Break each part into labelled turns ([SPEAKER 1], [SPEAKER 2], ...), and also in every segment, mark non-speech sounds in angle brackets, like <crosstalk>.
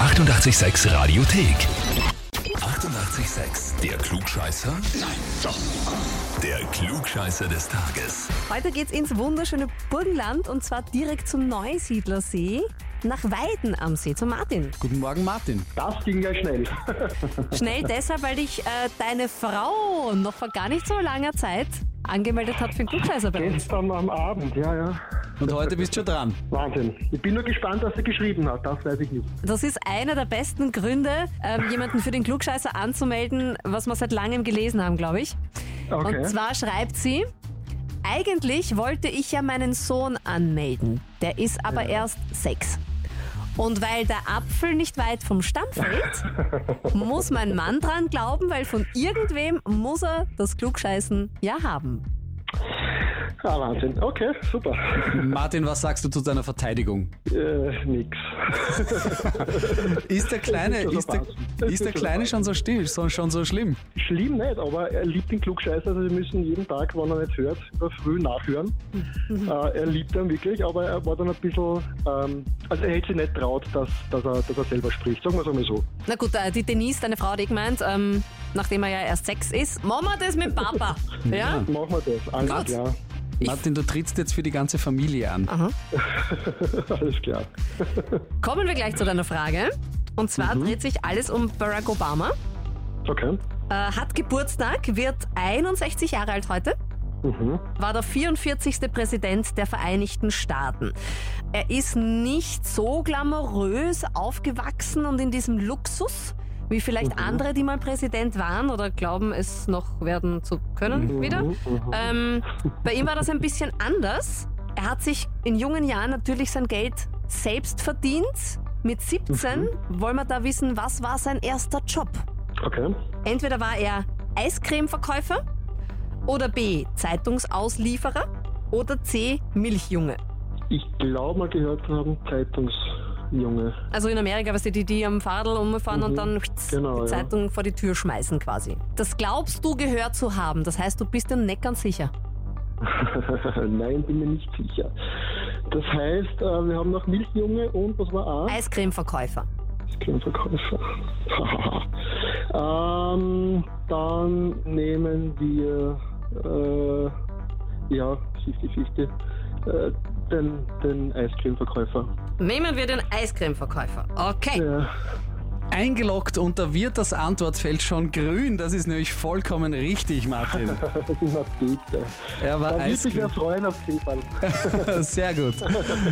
[SPEAKER 1] 886 Radiothek. 88,6. Der Klugscheißer? Nein, doch. Der Klugscheißer des Tages.
[SPEAKER 2] Heute geht's ins wunderschöne Burgenland und zwar direkt zum Neusiedlersee. Nach Weiden am See zu Martin.
[SPEAKER 3] Guten Morgen, Martin.
[SPEAKER 4] Das ging ja schnell.
[SPEAKER 2] Schnell deshalb, weil dich äh, deine Frau noch vor gar nicht so langer Zeit angemeldet hat für den Klugscheißer bei uns.
[SPEAKER 4] Gestern am Abend, ja, ja.
[SPEAKER 3] Und heute bist du schon dran.
[SPEAKER 4] Wahnsinn. Ich bin nur gespannt, was er geschrieben hat. Das weiß ich nicht.
[SPEAKER 2] Das ist einer der besten Gründe, ähm, jemanden für den Klugscheißer anzumelden, was wir seit langem gelesen haben, glaube ich.
[SPEAKER 4] Okay.
[SPEAKER 2] Und zwar schreibt sie, eigentlich wollte ich ja meinen Sohn anmelden, der ist aber erst sechs. Und weil der Apfel nicht weit vom Stamm fällt, muss mein Mann dran glauben, weil von irgendwem muss er das Klugscheißen ja haben.
[SPEAKER 4] Ah, Wahnsinn. Okay, <laughs> super.
[SPEAKER 3] Martin, was sagst du zu deiner Verteidigung?
[SPEAKER 4] äh, <laughs> nix.
[SPEAKER 3] Ist der Kleine,
[SPEAKER 4] Es ist schon
[SPEAKER 3] ist der,
[SPEAKER 4] so Wahnsinn.
[SPEAKER 3] ist der
[SPEAKER 4] Es ist
[SPEAKER 3] Kleine
[SPEAKER 4] schon
[SPEAKER 3] schon so still, so, schon so schlimm?
[SPEAKER 4] Schlimm nicht, aber er liebt den Klugscheißer. Also wir müssen jeden Tag, wenn er nicht hört, über früh nachhören. äh, er liebt ihn wirklich, aber er war dann ein bisschen... Ähm, also er hätte sich nicht traut, dass, dass, er, dass er selber spricht. Sagen wir es einmal so.
[SPEAKER 2] Na gut, äh, die Denise, deine Frau, die gemeint, ähm, nachdem er ja erst sechs ist, Mama das mit Papa. Ja?
[SPEAKER 4] Machen wir das. Alles
[SPEAKER 2] Gut.
[SPEAKER 4] klar.
[SPEAKER 3] Martin, du trittst jetzt für die ganze Familie an.
[SPEAKER 2] Aha.
[SPEAKER 4] Alles klar.
[SPEAKER 2] Kommen wir gleich zu deiner Frage. Und zwar dreht sich alles um Barack Obama.
[SPEAKER 4] Okay.
[SPEAKER 2] Äh, hat Geburtstag, wird 61 Jahre alt heute.
[SPEAKER 4] Mhm.
[SPEAKER 2] war der 44. Präsident der Vereinigten Staaten. Er ist nicht so glamourös aufgewachsen und in diesem Luxus, wie vielleicht andere, die mal Präsident waren oder glauben, es noch werden zu
[SPEAKER 4] Mhm.
[SPEAKER 2] können wieder.
[SPEAKER 4] Äh,
[SPEAKER 2] Ähm, bei ihm war das ein bisschen anders. Er hat sich in jungen Jahren natürlich sein Geld selbst verdient. Mit 17 wollen wir da wissen, was war sein erster Job?
[SPEAKER 4] Okay.
[SPEAKER 2] Entweder war er Eiscremeverkäufer oder B. Zeitungsauslieferer oder C. Milchjunge.
[SPEAKER 4] Ich glaube mal gehört zu haben, Zeitungsjunge. <laughs>
[SPEAKER 2] Also in Amerika, weißt du, die, die am Fahrrad umfahren und dann
[SPEAKER 4] Genau,
[SPEAKER 2] die
[SPEAKER 4] ja.
[SPEAKER 2] Zeitung vor die Tür schmeißen quasi. Das glaubst du gehört zu haben. Das heißt, du bist dir nicht ganz sicher.
[SPEAKER 4] Nein, bin mir nicht sicher. Das heißt, äh, wir haben noch Milchjunge und was war A?
[SPEAKER 2] Eiscremeverkäufer.
[SPEAKER 4] Eiscremeverkäufer. <laughs> ähm, dann nehmen wir, äh, ja, 50-50, äh, den, den Eiscremeverkäufer. <laughs>
[SPEAKER 2] Nehmen wir den Eiscremeverkäufer. Okay.
[SPEAKER 4] Ja,
[SPEAKER 3] Eingeloggt und da wird das Antwortfeld schon grün. Das ist nämlich vollkommen richtig, Martin.
[SPEAKER 4] das ist immer bitter.
[SPEAKER 3] Er war
[SPEAKER 4] Da würde sich wer
[SPEAKER 3] Eiscreme.
[SPEAKER 4] freuen auf jeden Fall.
[SPEAKER 3] <laughs> Sehr gut,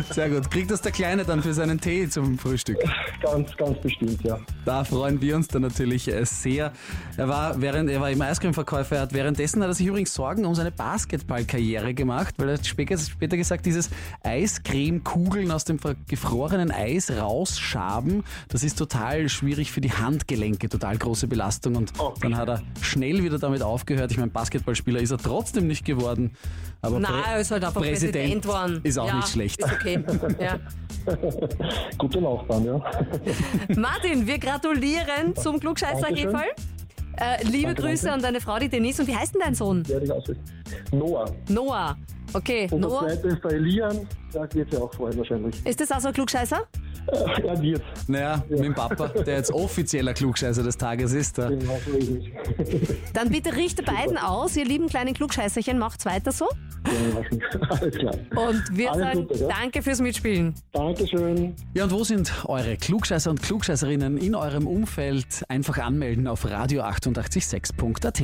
[SPEAKER 3] sehr gut. Kriegt das der Kleine dann für seinen Tee zum Frühstück?
[SPEAKER 4] Ganz, ganz bestimmt, ja.
[SPEAKER 3] Da freuen wir uns dann natürlich äh, sehr. Er war, während, er war eben Eiscremeverkäufer, er hat währenddessen hat er sich übrigens Sorgen um seine Basketballkarriere gemacht, weil er hat später, später gesagt, dieses Eiscremekugeln aus dem ver- gefrorenen Eis rausschaben, das ist total schwierig für die Handgelenke, total große Belastung und
[SPEAKER 4] Okay.
[SPEAKER 3] dann hat er schnell wieder damit aufgehört. Ich meine, Basketballspieler ist er trotzdem nicht geworden, aber
[SPEAKER 2] Na,
[SPEAKER 3] Prä-
[SPEAKER 2] er ist halt einfach Präsident, worden.
[SPEAKER 3] ist auch
[SPEAKER 2] ja,
[SPEAKER 3] nicht schlecht.
[SPEAKER 2] Ist okay. Ja.
[SPEAKER 4] Gute Laufbahn, ja.
[SPEAKER 2] Martin, wir gratulieren zum Klugscheißer
[SPEAKER 4] Dankeschön.
[SPEAKER 2] Heferl. Äh, liebe
[SPEAKER 4] Danke,
[SPEAKER 2] Grüße
[SPEAKER 4] danke.
[SPEAKER 2] an deine Frau, die Denise. Und wie heißt denn dein Sohn?
[SPEAKER 4] Werde ich ausrichten. Noah.
[SPEAKER 2] Noah. Okay,
[SPEAKER 4] Und
[SPEAKER 2] Noah.
[SPEAKER 4] der zweite ist der Elian. Da wird ja auch freuen wahrscheinlich.
[SPEAKER 2] <laughs> Ist das also ein Klugscheißer?
[SPEAKER 4] Äh, er wird.
[SPEAKER 3] Naja, mit dem Papa, der jetzt offizieller Klugscheißer des Tages ist. Da.
[SPEAKER 4] Den hoffentlich nicht. <laughs>
[SPEAKER 2] Dann bitte richte beiden aus, ihr lieben kleinen Klugscheißerchen, macht's weiter so.
[SPEAKER 4] Den lassen. Alles klar.
[SPEAKER 2] Und wir
[SPEAKER 4] Alles
[SPEAKER 2] sagen
[SPEAKER 4] Gute, ja.
[SPEAKER 2] danke fürs Mitspielen.
[SPEAKER 4] Dankeschön.
[SPEAKER 3] Ja, und wo sind eure Klugscheißer und Klugscheißerinnen in eurem Umfeld? Einfach anmelden auf radio886.at.